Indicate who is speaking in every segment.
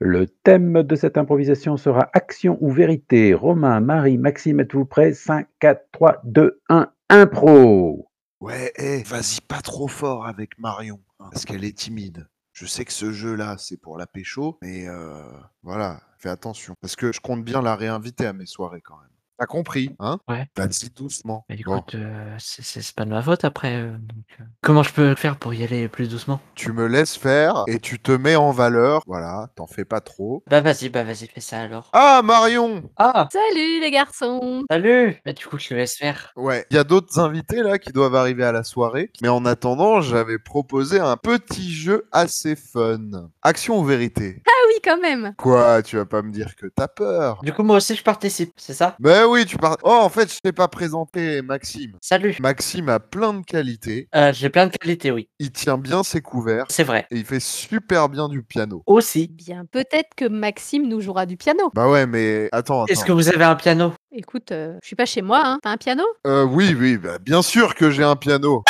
Speaker 1: Le thème de cette improvisation sera action ou vérité. Romain, Marie, Maxime, êtes-vous prêts 5, 4, 3, 2, 1, impro
Speaker 2: Ouais, eh, vas-y pas trop fort avec Marion, hein, parce qu'elle est timide. Je sais que ce jeu-là, c'est pour la pécho, mais euh, voilà, fais attention. Parce que je compte bien la réinviter à mes soirées quand même. T'as compris, hein
Speaker 3: Ouais.
Speaker 2: Vas-y doucement.
Speaker 3: Mais
Speaker 2: Bon,
Speaker 3: écoute, euh, c'est c'est- c'est pas de ma faute après. euh, donc, euh, comment je peux faire pour y aller plus doucement
Speaker 2: tu me laisses faire et tu te mets en valeur. Voilà, t'en fais pas trop.
Speaker 3: Bah vas-y, bah vas-y, fais ça alors.
Speaker 2: Ah, Marion
Speaker 3: Ah
Speaker 4: Salut les garçons
Speaker 3: Salut Bah du coup, je te laisse faire.
Speaker 2: Ouais, il y a d'autres invités là qui doivent arriver à la soirée. Mais en attendant, j'avais proposé un petit jeu assez fun. Action ou vérité
Speaker 4: Ah oui quand même
Speaker 2: Quoi, tu vas pas me dire que t'as peur
Speaker 3: Du coup, moi aussi, je participe, c'est ça
Speaker 2: Ben oui, tu parles. Oh, en fait, je t'ai pas présenté Maxime.
Speaker 3: Salut
Speaker 2: Maxime a plein de qualités.
Speaker 3: Euh, J'ai plein de qualités, oui.
Speaker 2: Il tient bien ses couverts
Speaker 3: C'est vrai.
Speaker 2: et il fait super bien du piano.
Speaker 3: Aussi.
Speaker 4: Eh Bien, peut-être que Maxime nous jouera du piano.
Speaker 2: Bah ouais, mais attends, attends.
Speaker 3: Est-ce que vous avez un piano
Speaker 4: Écoute, euh, je suis pas chez moi, hein. T'as un piano
Speaker 2: Euh, oui, oui, bah, bien sûr que j'ai un piano.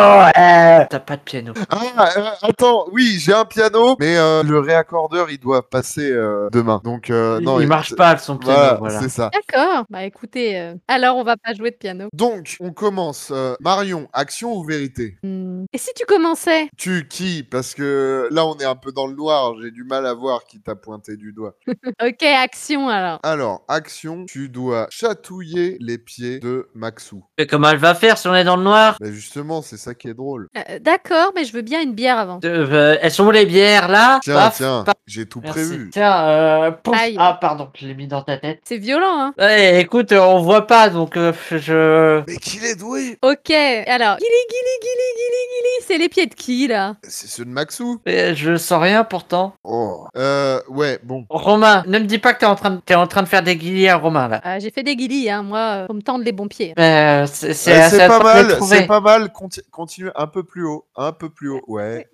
Speaker 3: T'as pas de piano.
Speaker 2: Ah, euh, attends, oui, j'ai un piano, mais euh, le réaccordeur, il doit passer euh, demain. Donc, euh,
Speaker 3: Il-
Speaker 2: non,
Speaker 3: il,
Speaker 2: il-
Speaker 3: marche pas son piano,
Speaker 2: Voilà,
Speaker 3: voilà.
Speaker 2: c'est ça.
Speaker 4: D'accord. Bah écoutez, euh, alors on va pas jouer de piano.
Speaker 2: Donc, on commence. Euh, Marion, action ou vérité
Speaker 4: Hmm. Et si tu commençais
Speaker 2: Tu, qui Parce que là, on est un peu dans le noir. J'ai du mal à voir qui t'a pointé du doigt.
Speaker 4: Ok, action alors.
Speaker 2: Alors, action, tu dois chatouiller les pieds de Maxou.
Speaker 3: Mais comment elle va faire si on est dans le noir
Speaker 2: Bah justement, c'est ça qui est drôle.
Speaker 4: Euh, D'accord, mais je veux bien une bière avant.
Speaker 3: Euh, euh, Elles sont où les bières là
Speaker 2: Tiens,
Speaker 3: Paf,
Speaker 2: tiens,
Speaker 3: paf.
Speaker 2: j'ai tout
Speaker 3: Merci.
Speaker 2: prévu.
Speaker 3: Tiens, euh, pouf.
Speaker 4: Aïe.
Speaker 3: Ah, pardon, je l'ai mis dans ta tête.
Speaker 4: C'est violent, hein
Speaker 3: Ouais, écoute, euh, on voit pas, donc euh, je...
Speaker 2: Mais qu'il est doué
Speaker 4: Ok, alors. Guili, guili, guili, guili, guili. C'est les pieds de qui là
Speaker 2: C'est ceux de Maxou
Speaker 3: euh, Je sens rien pourtant.
Speaker 2: Oh. Euh, ouais, bon.
Speaker 3: Romain, ne me dis pas que t'es en train de, t'es en train de faire des guillis à Romain là.
Speaker 4: Ah, J'ai fait des guilis, hein, moi, euh, pour me tendre les bons pieds.
Speaker 3: Mais, euh, c'est c'est-
Speaker 2: Euh,
Speaker 3: c'est
Speaker 2: C'est
Speaker 3: à
Speaker 2: pas
Speaker 3: toi de le
Speaker 2: mal,
Speaker 3: trouver.
Speaker 2: c'est pas mal. Conti- continue un peu plus haut, un peu plus haut. Ouais,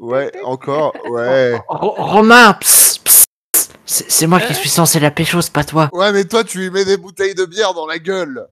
Speaker 2: ouais, encore, ouais.
Speaker 3: Ro- Romain, psst, psst, psst. c'est c'est moi qui suis censé la pécho, c'est pas toi.
Speaker 2: Ouais, mais toi, tu lui mets des bouteilles de bière dans la gueule.